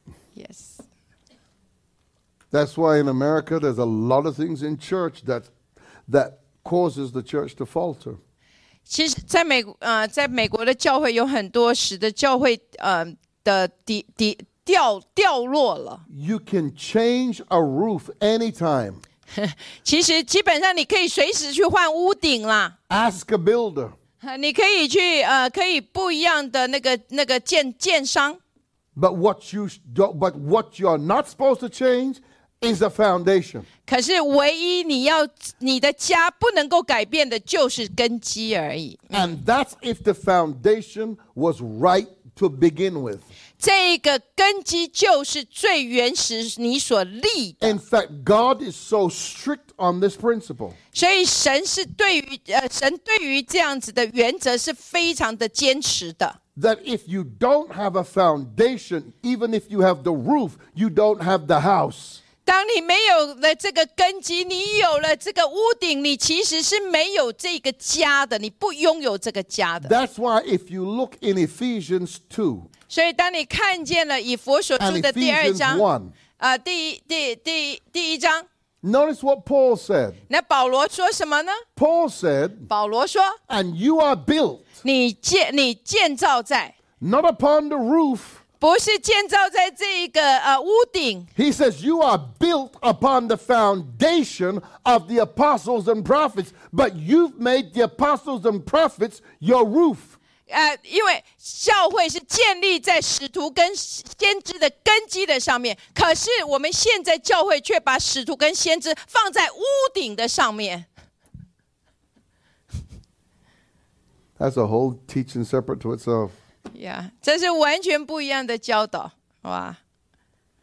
S1: 嗯，yes，
S2: That's why in America there's a lot of things in church that that causes the church to falter.
S1: 其实在美呃，在美国的教会有很多使得教会呃的底底掉掉落了。
S2: You can change a roof anytime.
S1: 其实基本上你可以随时去换屋顶啦，
S2: Ask a builder.
S1: 呃你可以去呃，可以不一样的那个那个建建商，
S2: But what you sh- do, but what you're not supposed to change is the foundation.
S1: 可是唯一你要你的家不能够改变的就是根基而已。
S2: And that's if the foundation was right to begin with.
S1: 这个根基就是最原始你所立的，
S2: In fact, God is so strict on this principle.
S1: 所以神是对于呃神对于这样子的原则是非常的坚持的。
S2: that if you don't have a foundation, even if you have the roof, you don't have the house.
S1: 当你没有了这个根基，你有了这个屋顶，你其实是没有这个家的，你不拥有这个家的。
S2: That's why if you look in Ephesians 2
S1: 所以，当你看见了以佛所著
S2: and
S1: 的第二
S2: Ephesians
S1: 章，
S2: 1,
S1: 啊、第一第第第一章，
S2: notice what Paul said.
S1: 那保罗说什么呢？
S2: Paul said,
S1: 保罗说
S2: And you are built：“
S1: 你建你建造在，
S2: not upon the roof.
S1: 不是建造在这一个呃屋顶，
S2: He says, You are built upon the foundation of the apostles and prophets, but you've made the apostles and prophets your roof.
S1: 呃，因为教会是建立在使徒跟先知的根基的上面，可是我们现在教会却把使徒跟先知放在屋顶的上面。
S2: That's a whole teaching separate to itself.
S1: 呀、这是完全不一样的教导，哇！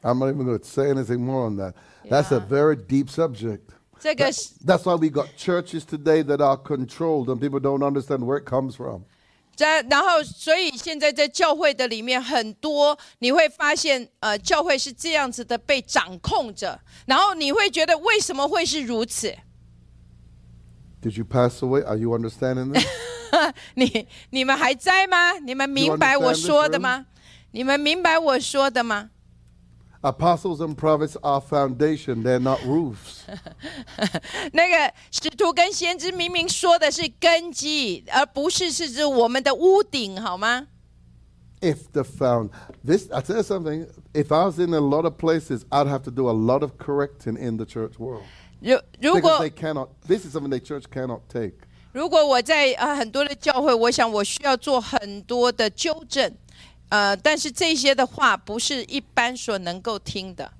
S2: I'm not even going to say anything more on that. That's a
S1: Yeah.
S2: very deep subject.
S1: 这个是
S2: That's why we got churches today that are controlled and people don't understand where it comes from.
S1: 在然后，所以现在在教会的里面很多，你会发现，呃，教会是这样子的被掌控着，然后你会觉得为什么会是如此？
S2: Did you pass away? Are you understanding this?
S1: 你你们还在吗？你们明白我说的吗？你们明白我说的吗？
S2: Apostles and prophets are foundation, they're not roofs.
S1: 那个使徒跟先知明明说的是根基，而不是是指我们的屋顶，好吗？
S2: If the found this, I tell you something. If I was in a lot of places, I'd have to do a lot of correcting in the church world
S1: 如如
S2: because
S1: 果
S2: they cannot. This is something the church cannot take.
S1: 如果我在呃很多的教会，我想我需要做很多的纠正，呃，但是这些的话不是一般所能够听的。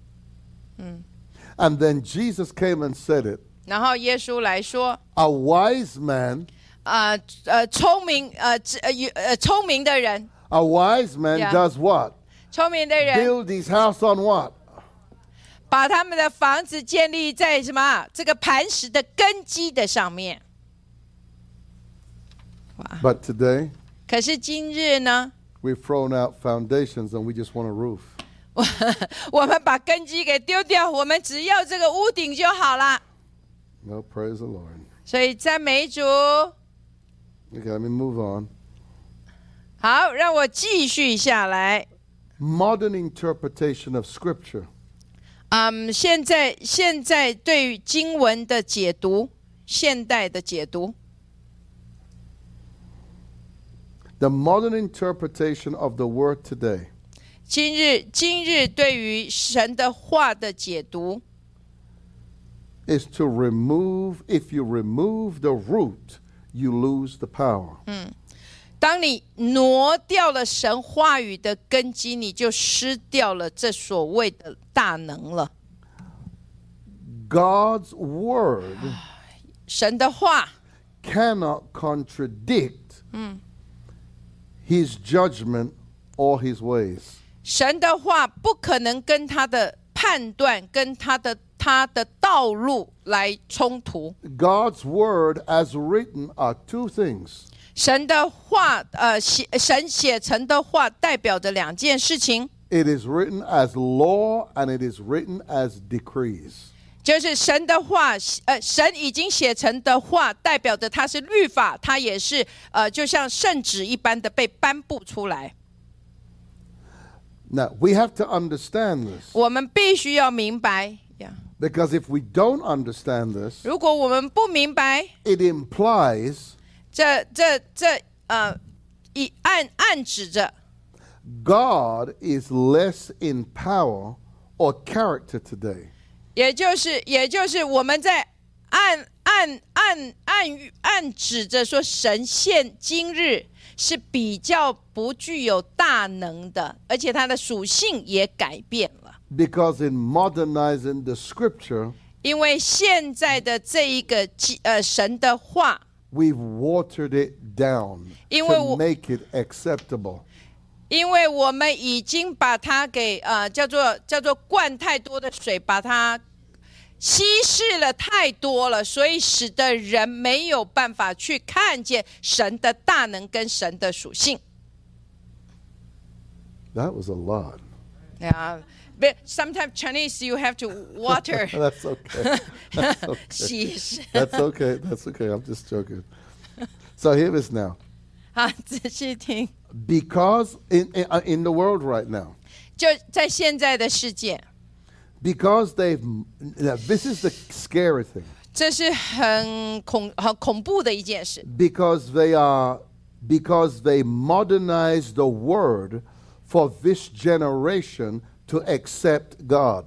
S2: And then Jesus came and said it.
S1: 然后耶稣来说，
S2: A wise man,
S1: 呃呃，聪明呃知呃有呃聪明的人，
S2: a wise man
S1: Yeah.
S2: does what?
S1: 聪明的人
S2: Build his house on what?
S1: 把他们的房子建立在什么啊这个磐石的根基的上面。
S2: But today,
S1: 可是今日呢，
S2: we've thrown out foundations and we just want a roof.
S1: 我 我们把根基给丢掉，我们只要这个屋顶就好了。
S2: No, praise the Lord.
S1: 所以赞美主。
S2: Okay, let me move on.
S1: 好，让我继续下来。
S2: Modern interpretation of Scripture.
S1: 嗯，现在现在对于经文的解读，现代的解读，
S2: The modern interpretation of the word today
S1: 今日今日对于神的话的解读，
S2: is to remove, if you remove the root, you lose the power.
S1: 当你挪掉了神话语的根基，你就失掉了这所谓的大能了。
S2: God's word
S1: 神的话
S2: cannot contradict his judgment or his ways.
S1: 神的话不可能跟他的判断、跟他的他的道路来冲突。
S2: God's word as written are two things
S1: 神的话，呃，写神写成的话，代表着两件事情，
S2: it is written as law and it is written as decrees.
S1: 就是神的话，呃，神已经写成的话，代表着它是律法，它也是呃，就像圣旨一般的被颁布出来。
S2: Now, we have to understand this
S1: 我们必须要明白呀
S2: because if we don't understand this,
S1: 如果我们不明白，
S2: it implies
S1: 这这这呃，以暗暗指着
S2: God is less in power or character today.
S1: 也就是也就是我们在暗暗暗暗暗指着说，神现今日是比较不具有大能的，而且它的属性也改变了。
S2: Because in modernizing the scripture,
S1: 因为现在的这一个基呃神的话，
S2: we've watered it down
S1: It
S2: to
S1: will-
S2: make it acceptable.
S1: 因为我们已经把它给呃叫做叫做灌太多的水，把它稀释了太多了，所以使得人没有办法去看见神的大能跟神的属性。
S2: That was a lot.
S1: 啊、b u t sometimes Chinese you have to water
S2: That's okay. That's okay.
S1: 稀释
S2: That's okay. That's okay. I'm just joking. So here it is now.
S1: 啊，仔细听，
S2: Because in, in, uh, in the world right now,
S1: 就在现在的世界，
S2: because they've, now this is the scary thing,
S1: 这是很恐很恐怖的一件事。
S2: because they are, because they modernize the word for this generation to accept God.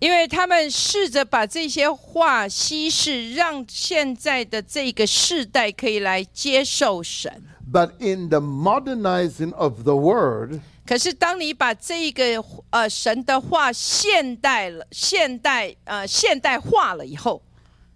S1: 因为他们试着把这些话稀释，让现在的这个世代可以来接受神。
S2: But in the modernizing of the word,
S1: 可是，当你把这个呃神的话现代了、现代呃现代化了以后，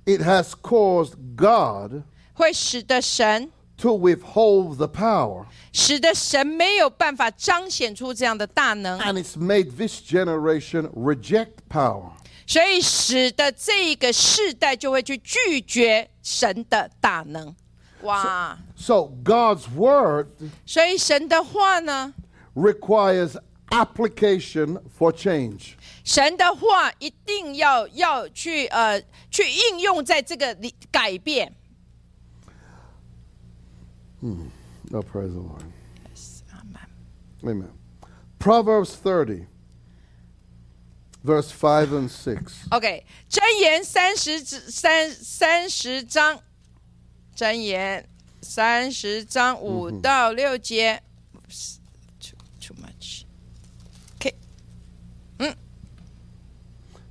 S2: it has caused God
S1: 会使得神
S2: to withhold the power.
S1: 使得神没有办法彰显出这样的大能，
S2: And it's made this generation reject power.
S1: 所以使得这一个世代就会去拒绝神的大能。哇！
S2: So God's word
S1: 所以神的话呢，
S2: requires application for change.
S1: 神的话一定要要去呃去应用在这个里改变。
S2: Oh, praise the Lord. Amen. Proverbs 30, verse 5 and 6.
S1: OK，箴言三十三三十章，箴言三十章五到六节。Oops, Too too much. OK，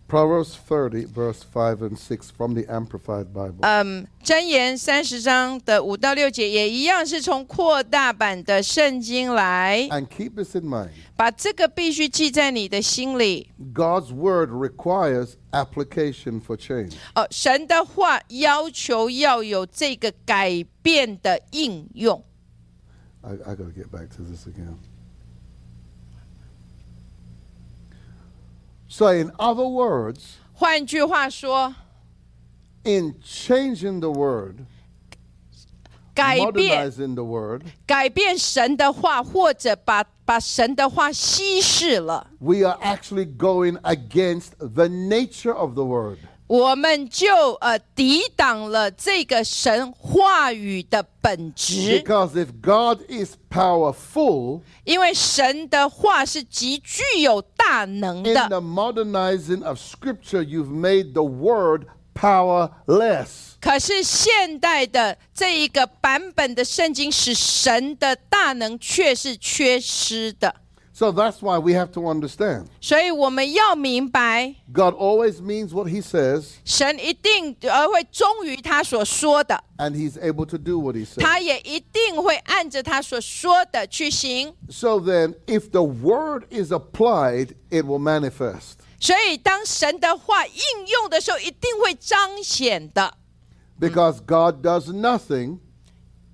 S2: Proverbs 30, verse 5 and 6 from the Amplified Bible.
S1: 嗯，箴言三十章的五到六节也一样是从扩大版的圣经来，
S2: and keep this in mind
S1: 把这个必须记在你的心里。
S2: God's word requires application for change.
S1: 哦，神的话要求要有这个改变的应用。
S2: I, I got to get back to this again. So, in other words,
S1: 换句话说，
S2: in changing the word,
S1: 改变
S2: modernizing the word,
S1: 改变神的话，或者把把神的话稀释了，
S2: we are actually going against the nature of the word.
S1: 我们就呃抵挡了这个神话语的本质，
S2: Because if God is powerful
S1: 因为神的话是极具有大能
S2: in
S1: 的。
S2: the modernizing of scripture, you've made the word powerless.
S1: 可是现代的这一个版本的圣经，使神的大能却是缺失的，
S2: So that's why we have to understand.
S1: 所以我们要明白，
S2: God always means what he says,
S1: 神一定呃会忠于他所说的，
S2: and he's able to do what he says.
S1: 他也一定会按着他所说的去行。
S2: So then, if the word is applied, it will manifest.
S1: 所以，当神的话应用的时候，一定会彰显的，
S2: Because God does nothing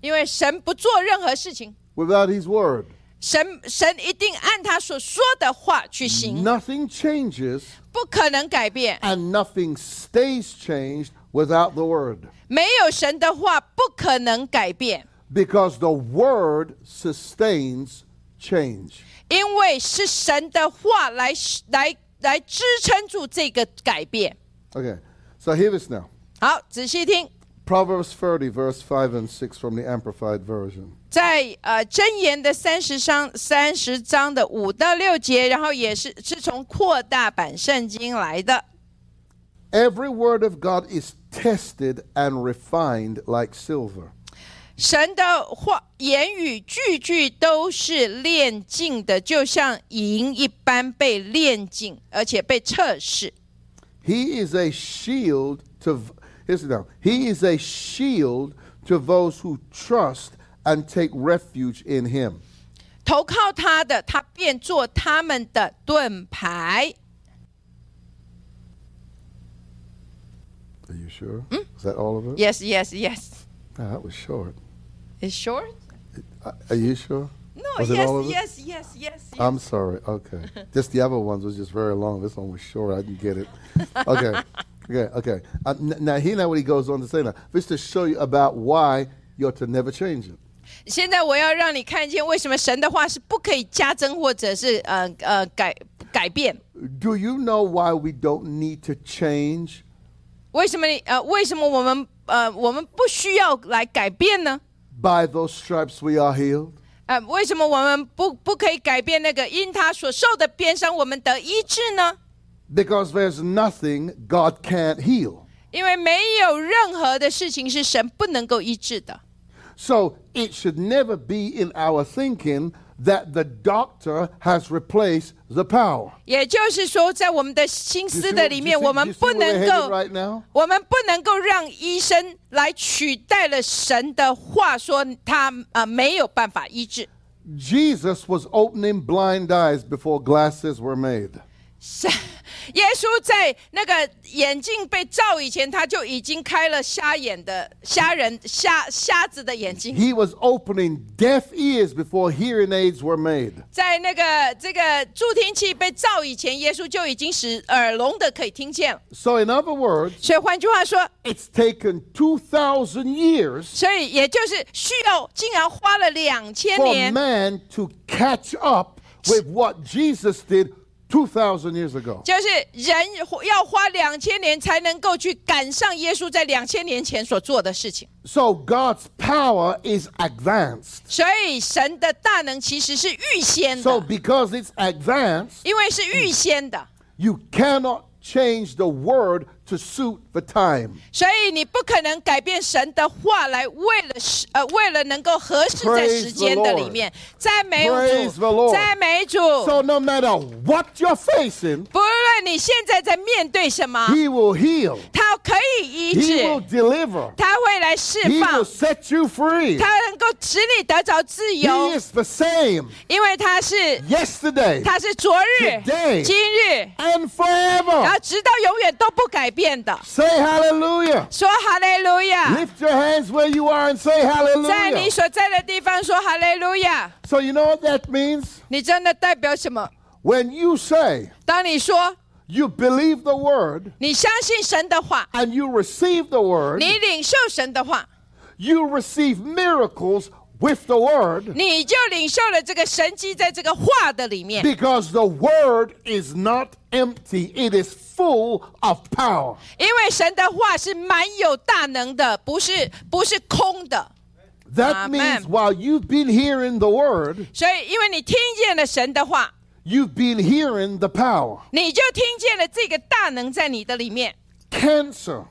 S1: 因为神不做任何事情，
S2: without his word.
S1: 神神一定按他所说的话去行，
S2: Nothing changes
S1: 不可能改变。
S2: and nothing stays changed without the word.
S1: 没有神的话，不可能改变，
S2: Because the word sustains change.
S1: 因为是神的话来来来支撑住这个改变。
S2: Okay, so hear this now.
S1: 好，仔细听，
S2: Proverbs 30, verse 5 and 6 from the Amplified Version.
S1: 在呃箴言的三十章三十章的五到六节，然后也是是从扩大版圣经来的。
S2: Every word of God is tested and refined like silver.
S1: 神的话、言语、句句都是炼净的，就像银一般被炼净，而且被测试。
S2: He is a shield to here's it now. He is a shield to those who trust and take refuge in him.
S1: 投靠他的，他便做他们的盾牌。
S2: Are you sure? Is that all of it?
S1: Yes, yes, yes.
S2: Ah, that was short.
S1: Is short?
S2: Uh, Are you sure?
S1: No.
S2: Was it all of
S1: Yes,
S2: it?
S1: yes, yes, yes. yes.
S2: I'm sorry. Okay. just the other ones was just very long. This one was short. I didn't get it. Okay. okay. Okay. Uh, n- now, here now what he goes on to say now. This to show you about why you ought to never change it.
S1: 现在我要让你看见为什么神的话是不可以加增或者是呃呃改改变。
S2: Do you know why we don't need to change
S1: 为什么你呃为什么我们呃我们不需要来改变呢？
S2: by those stripes we are healed?
S1: 呃，为什么我们不不可以改变那个因他所受的鞭伤，我们得医治呢？
S2: Because there's nothing God can't heal.
S1: 因为没有任何的事情是神不能够医治的，
S2: So it should never be in our thinking that the doctor has replaced the power.
S1: 也就是说，在我们的心
S2: Do you
S1: 思
S2: see
S1: 的
S2: what-
S1: 里
S2: do you
S1: 面，
S2: see-
S1: 我
S2: do
S1: 们
S2: you see
S1: 不
S2: where we're
S1: 能
S2: headed
S1: 够，
S2: right now?
S1: 我们不能够让医生来取代了神的话，说他啊、呃没有办法医治。
S2: Jesus was opening blind eyes before glasses were made.
S1: 神，耶稣在那个眼镜被照以前，他就已经开了瞎眼的瞎人瞎瞎子的眼睛。
S2: He was opening deaf ears before hearing aids were made.
S1: 在那个这个助听器被照以前，耶稣就已经使耳聋的可以听见了。
S2: So, in other words,
S1: 所以换句话说，
S2: it's taken 2,000 years
S1: 所以也就是需要竟然花了两千
S2: for
S1: 年，
S2: man to catch up with what Jesus did 2,000 years ago.
S1: 就是人要花两千年才能够去赶上耶稣在两千年前所做的事情。
S2: So, God's power is advanced.
S1: 所以神的大能其实是预先
S2: So,
S1: 的，
S2: because it's advanced,
S1: 因为是预先的，
S2: you cannot change the word to suit the time.
S1: 所以你不可能改变神的话来为了时呃为了能够合适在
S2: Praise
S1: 时间的里面。赞美
S2: Praise
S1: 主
S2: the，Lord
S1: 赞美主。
S2: So, no matter what you're facing,
S1: 不论你现在在面对什么，
S2: He will heal,
S1: 他可以医
S2: He
S1: 治，
S2: will deliver,
S1: 他会来释
S2: He
S1: 放
S2: will。set you free.
S1: 他能够使你得着自
S2: He
S1: 由，
S2: is the same
S1: 因为他是
S2: yesterday
S1: 他是昨日
S2: Today、
S1: 今日，
S2: and
S1: 然
S2: forever.
S1: 后直到永远都不改变的。
S2: Say hallelujah.
S1: 说哈利路亚，
S2: Lift your hands where you are and say
S1: 在你
S2: hallelujah.
S1: 所在的地方说哈利路亚，
S2: So you know what that means?
S1: 你真的代表什么？
S2: When you say
S1: 当你说
S2: you believe the word
S1: 你相信神的话，
S2: and you receive the word,
S1: 你领受神的话，
S2: you receive miracles with the word
S1: 你就领受了这个神迹在这个话的里面，
S2: because the word is not empty. It is full of power.
S1: 因为神的话是蛮有大能的，不是不是空的。
S2: That
S1: Amen.
S2: means while you've been hearing the word,
S1: 所以，因为你听见了神的话，
S2: you've been hearing the power.
S1: 你就听见了这个大能在你的里面，
S2: Cancer,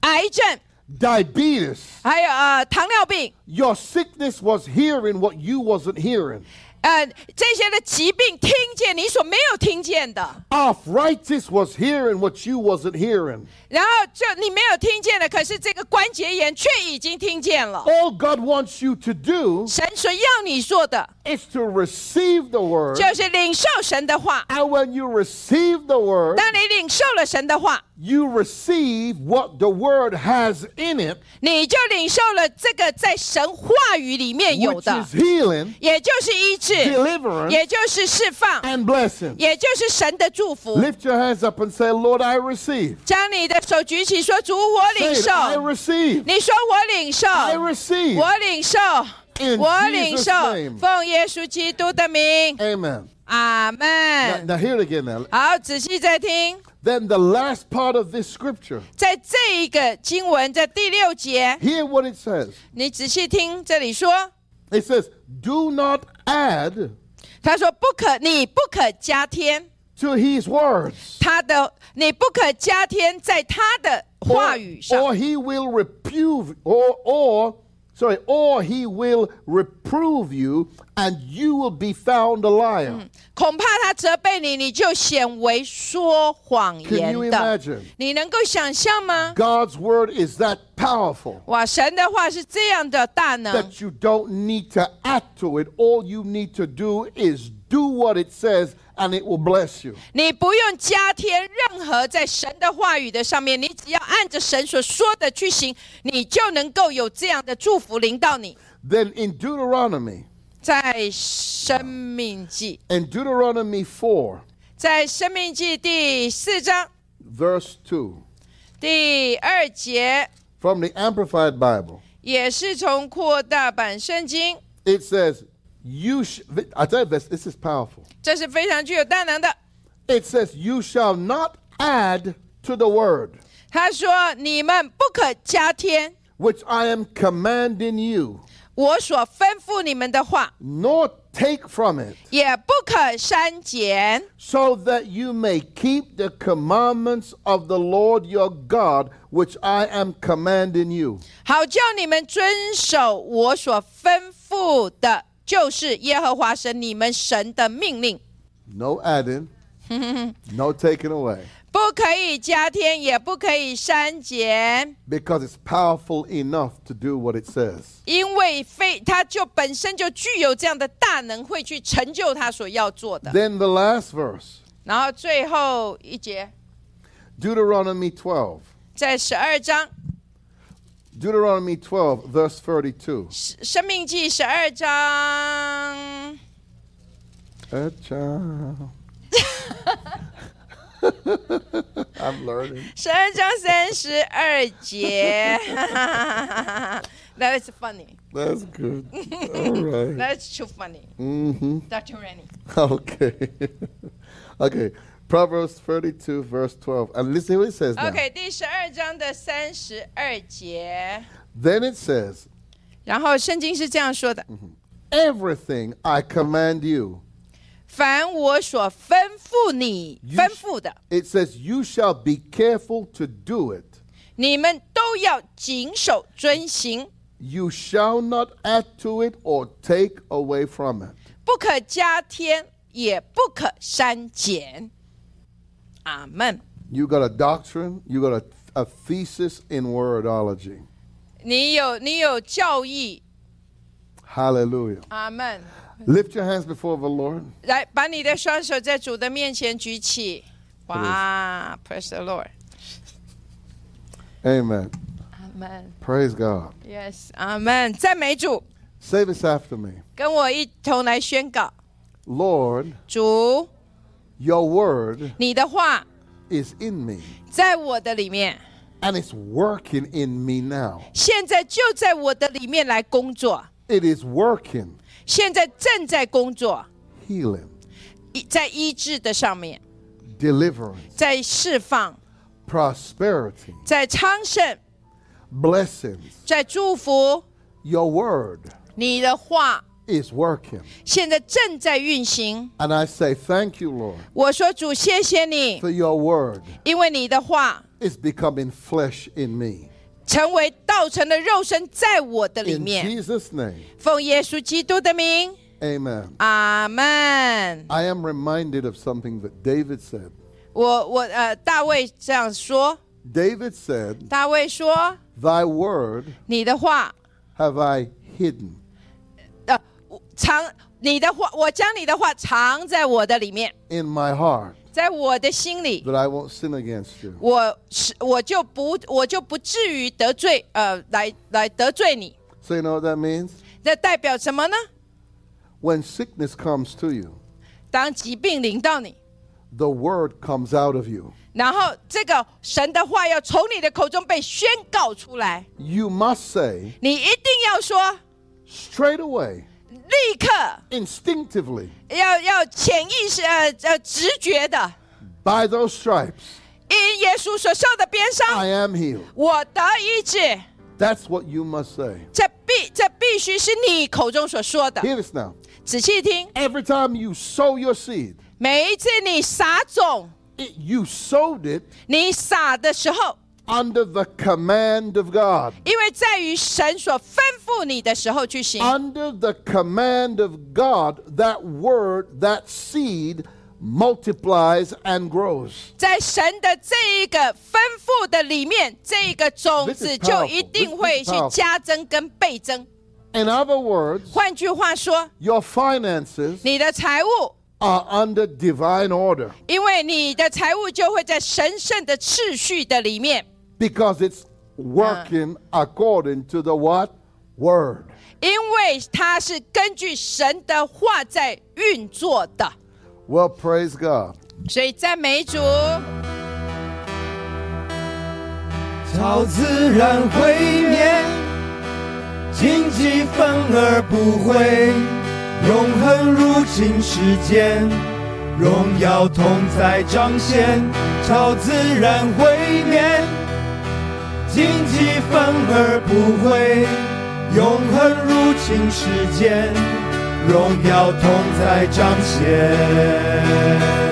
S1: 癌症，
S2: diabetes,
S1: 还有呃糖尿病，
S2: your sickness was hearing what you wasn't hearing.
S1: 呃这些的疾病，听见你所没有听见的，
S2: Arthritis was hearing what you wasn't hearing.
S1: 然后就你没有听见的，可是这个关节炎却已经听见了。
S2: All God wants you to do
S1: 神所要你做的，
S2: is to receive the word.
S1: 就是领受神的话。
S2: And when you receive the word,
S1: 当你领受了神的话，
S2: you receive what the word has in it,
S1: 你就领受了这个在神话语里面有
S2: which
S1: 的
S2: is，healing,
S1: 也就是医治，
S2: deliverance,
S1: 也就是释放，
S2: and blessing.
S1: 也就是神的祝福。
S2: Lift your hands up and say, Lord, I receive.
S1: 将你的手举起，说：“主，我
S2: Say
S1: 领
S2: it,
S1: 受。
S2: I ” receive.
S1: 你说我领受，
S2: I receive.
S1: 我领受
S2: In，
S1: 我领受
S2: Jesus' name.，
S1: 奉耶稣基督的名，
S2: Amen.
S1: 阿
S2: Now,
S1: 门。
S2: now hear it again now.
S1: 好，仔细再听，
S2: Then the last part of this scripture,
S1: 在这一个经文在第六节，
S2: hear what it says.
S1: 你仔细听，这里说，
S2: It says, Do not add
S1: 他说不可，你不可加添
S2: to his words,
S1: 他的，你不可加添在他的
S2: or,
S1: 话语上，
S2: or he will reprove, or, or, sorry, or he will reprove you, and you will be found a liar.
S1: 恐怕他责备你，你就显为说谎
S2: Can
S1: 言
S2: you
S1: 的。
S2: imagine?
S1: 你能够想象吗？
S2: God's word is that powerful
S1: 哇，神的话是这样的大能。
S2: that you don't need to add to it. All you need to do is do what it says, and it will bless you.
S1: 你不用加添任何在神的话语的上面，你只要按着神所说的去行，你就能够有这样的祝福临到你。
S2: Then in Deuteronomy,
S1: 在生命记，
S2: in Deuteronomy 4,
S1: 在生命记第四章
S2: verse 2,
S1: 第二节，
S2: from the Amplified Bible.
S1: 也是从扩大版圣经，
S2: It says, "You." Sh- I tell you this. This is powerful.
S1: 这是非常具有大能的。
S2: It says, "You shall not add to the word
S1: 他说：“你们不可加添
S2: which I am commanding you,
S1: 我所吩咐你们的话，
S2: nor take from it,
S1: 也不可删减。”
S2: so that you may keep the commandments of the Lord your God, which I am commanding you."
S1: 好叫你们遵守我所吩咐的，就是耶和华神你们神的命令，
S2: No adding, no taking away,
S1: 不可以加添，也不可以删减，
S2: because it's powerful enough to do what it says.
S1: 因为非他就本身就具有这样的大能，会去成就他所要做的。
S2: Then the last verse.
S1: 然后最后一节，
S2: Deuteronomy 12.
S1: 在十二章
S2: Deuteronomy 12, verse 32.
S1: 《生命记》十二章
S2: A child. I'm learning.
S1: 十二章三十二节。That is funny.
S2: That's good. All right.
S1: That's too funny,
S2: Mm-hmm.
S1: Dr. Rennie.
S2: Okay. okay. Proverbs 32, verse 12. And listen to what it says now.
S1: OK，第十二章的三十二节。
S2: Then it says,
S1: 然后圣经是这样说的：
S2: Everything I command you.
S1: 凡我所吩咐你
S2: You
S1: 吩咐的，
S2: It says, You shall be careful to do it.
S1: 你们都要谨守遵行，
S2: You shall not add to it or take away from it.
S1: 不可加添，也不可删减。阿门。
S2: You got a doctrine, you got a, a thesis in wordology.
S1: 你有你有教义，
S2: Hallelujah.
S1: 阿门。
S2: Lift your hands before the Lord.
S1: 来，把你的双手在主的面前举起。哇，Praise the Lord，
S2: Amen.
S1: 阿门。
S2: Praise God.
S1: Yes，阿门。赞美主，
S2: Say this after me.
S1: 跟我一同来宣告：
S2: Lord,
S1: 主，
S2: your word
S1: 你的话
S2: is in me,
S1: 在我的里面，
S2: and it's working in me now.
S1: 现在就在我的里面来工作，
S2: It is working,
S1: 现在正在工作，
S2: healing,
S1: 医在医治的上面，
S2: deliverance,
S1: 在释放，
S2: prosperity,
S1: 在昌盛，
S2: blessings.
S1: 在祝福。
S2: Your word
S1: 你的话
S2: is working.
S1: 现在正在运行。
S2: And I say, Thank you, Lord,
S1: 我说主，谢谢你，
S2: for your word
S1: 因为你的话
S2: is becoming flesh in me.
S1: 成为道成的肉身，在我的里
S2: In
S1: 面。
S2: Jesus' name,
S1: 奉耶稣基督的名，
S2: amen.
S1: 阿门。
S2: I am reminded of something that David said.
S1: 我我呃，大卫这样说，
S2: David said,
S1: 大卫说，
S2: Thy word
S1: 你的话，
S2: have I hidden
S1: 呃，我藏你的话，我将你的话藏在我的里面，
S2: in my heart
S1: 在我的心里，
S2: that I won't sin against you.
S1: 我是我就不我就不至于得罪呃，来来得罪你。
S2: So, you know what that means?
S1: 这代表什么呢？
S2: When sickness comes to you,
S1: 当疾病临到你，
S2: the word comes out of you.
S1: 然后这个神的话要从你的口中被宣告出来，
S2: You must say
S1: 你一定要说，
S2: straight away,
S1: 立刻
S2: instinctively,
S1: 要要潜意识呃呃直觉的，
S2: by those stripes,
S1: 因耶稣所受的鞭伤，
S2: I am healed.
S1: 我得医治。
S2: That's what you must say.
S1: 这必这必须是你口中所说的。
S2: Hear this now.
S1: 仔细听，
S2: Every time you sow your seed,
S1: 每一次你撒种，
S2: it, you sowed it
S1: 你撒的时候，
S2: under the command of God.
S1: 因为在于神所吩咐你的时候去行。
S2: under the command of God, that word, that seed multiplies and grows.
S1: 在神的这一个吩咐的里面，这一个种
S2: This
S1: 子
S2: is
S1: 就一
S2: powerful.
S1: 定会
S2: This
S1: 去
S2: is powerful.
S1: 加增跟倍增。
S2: In other words,
S1: 换句话说，
S2: your finances
S1: 你的财务，
S2: are under divine order
S1: 因为你的财务就会在神圣的秩序的里面，
S2: because it's working according to the what? Word.
S1: 因为它是根据神的话在运作的。
S2: Well, praise God.
S1: 所以赞美主，
S3: 超自然毁灭，荆棘反而不会，永恒入侵世间，荣耀同在彰显，超自然毁灭，荆棘反而不会，永恒入侵世间，荣耀同在彰显。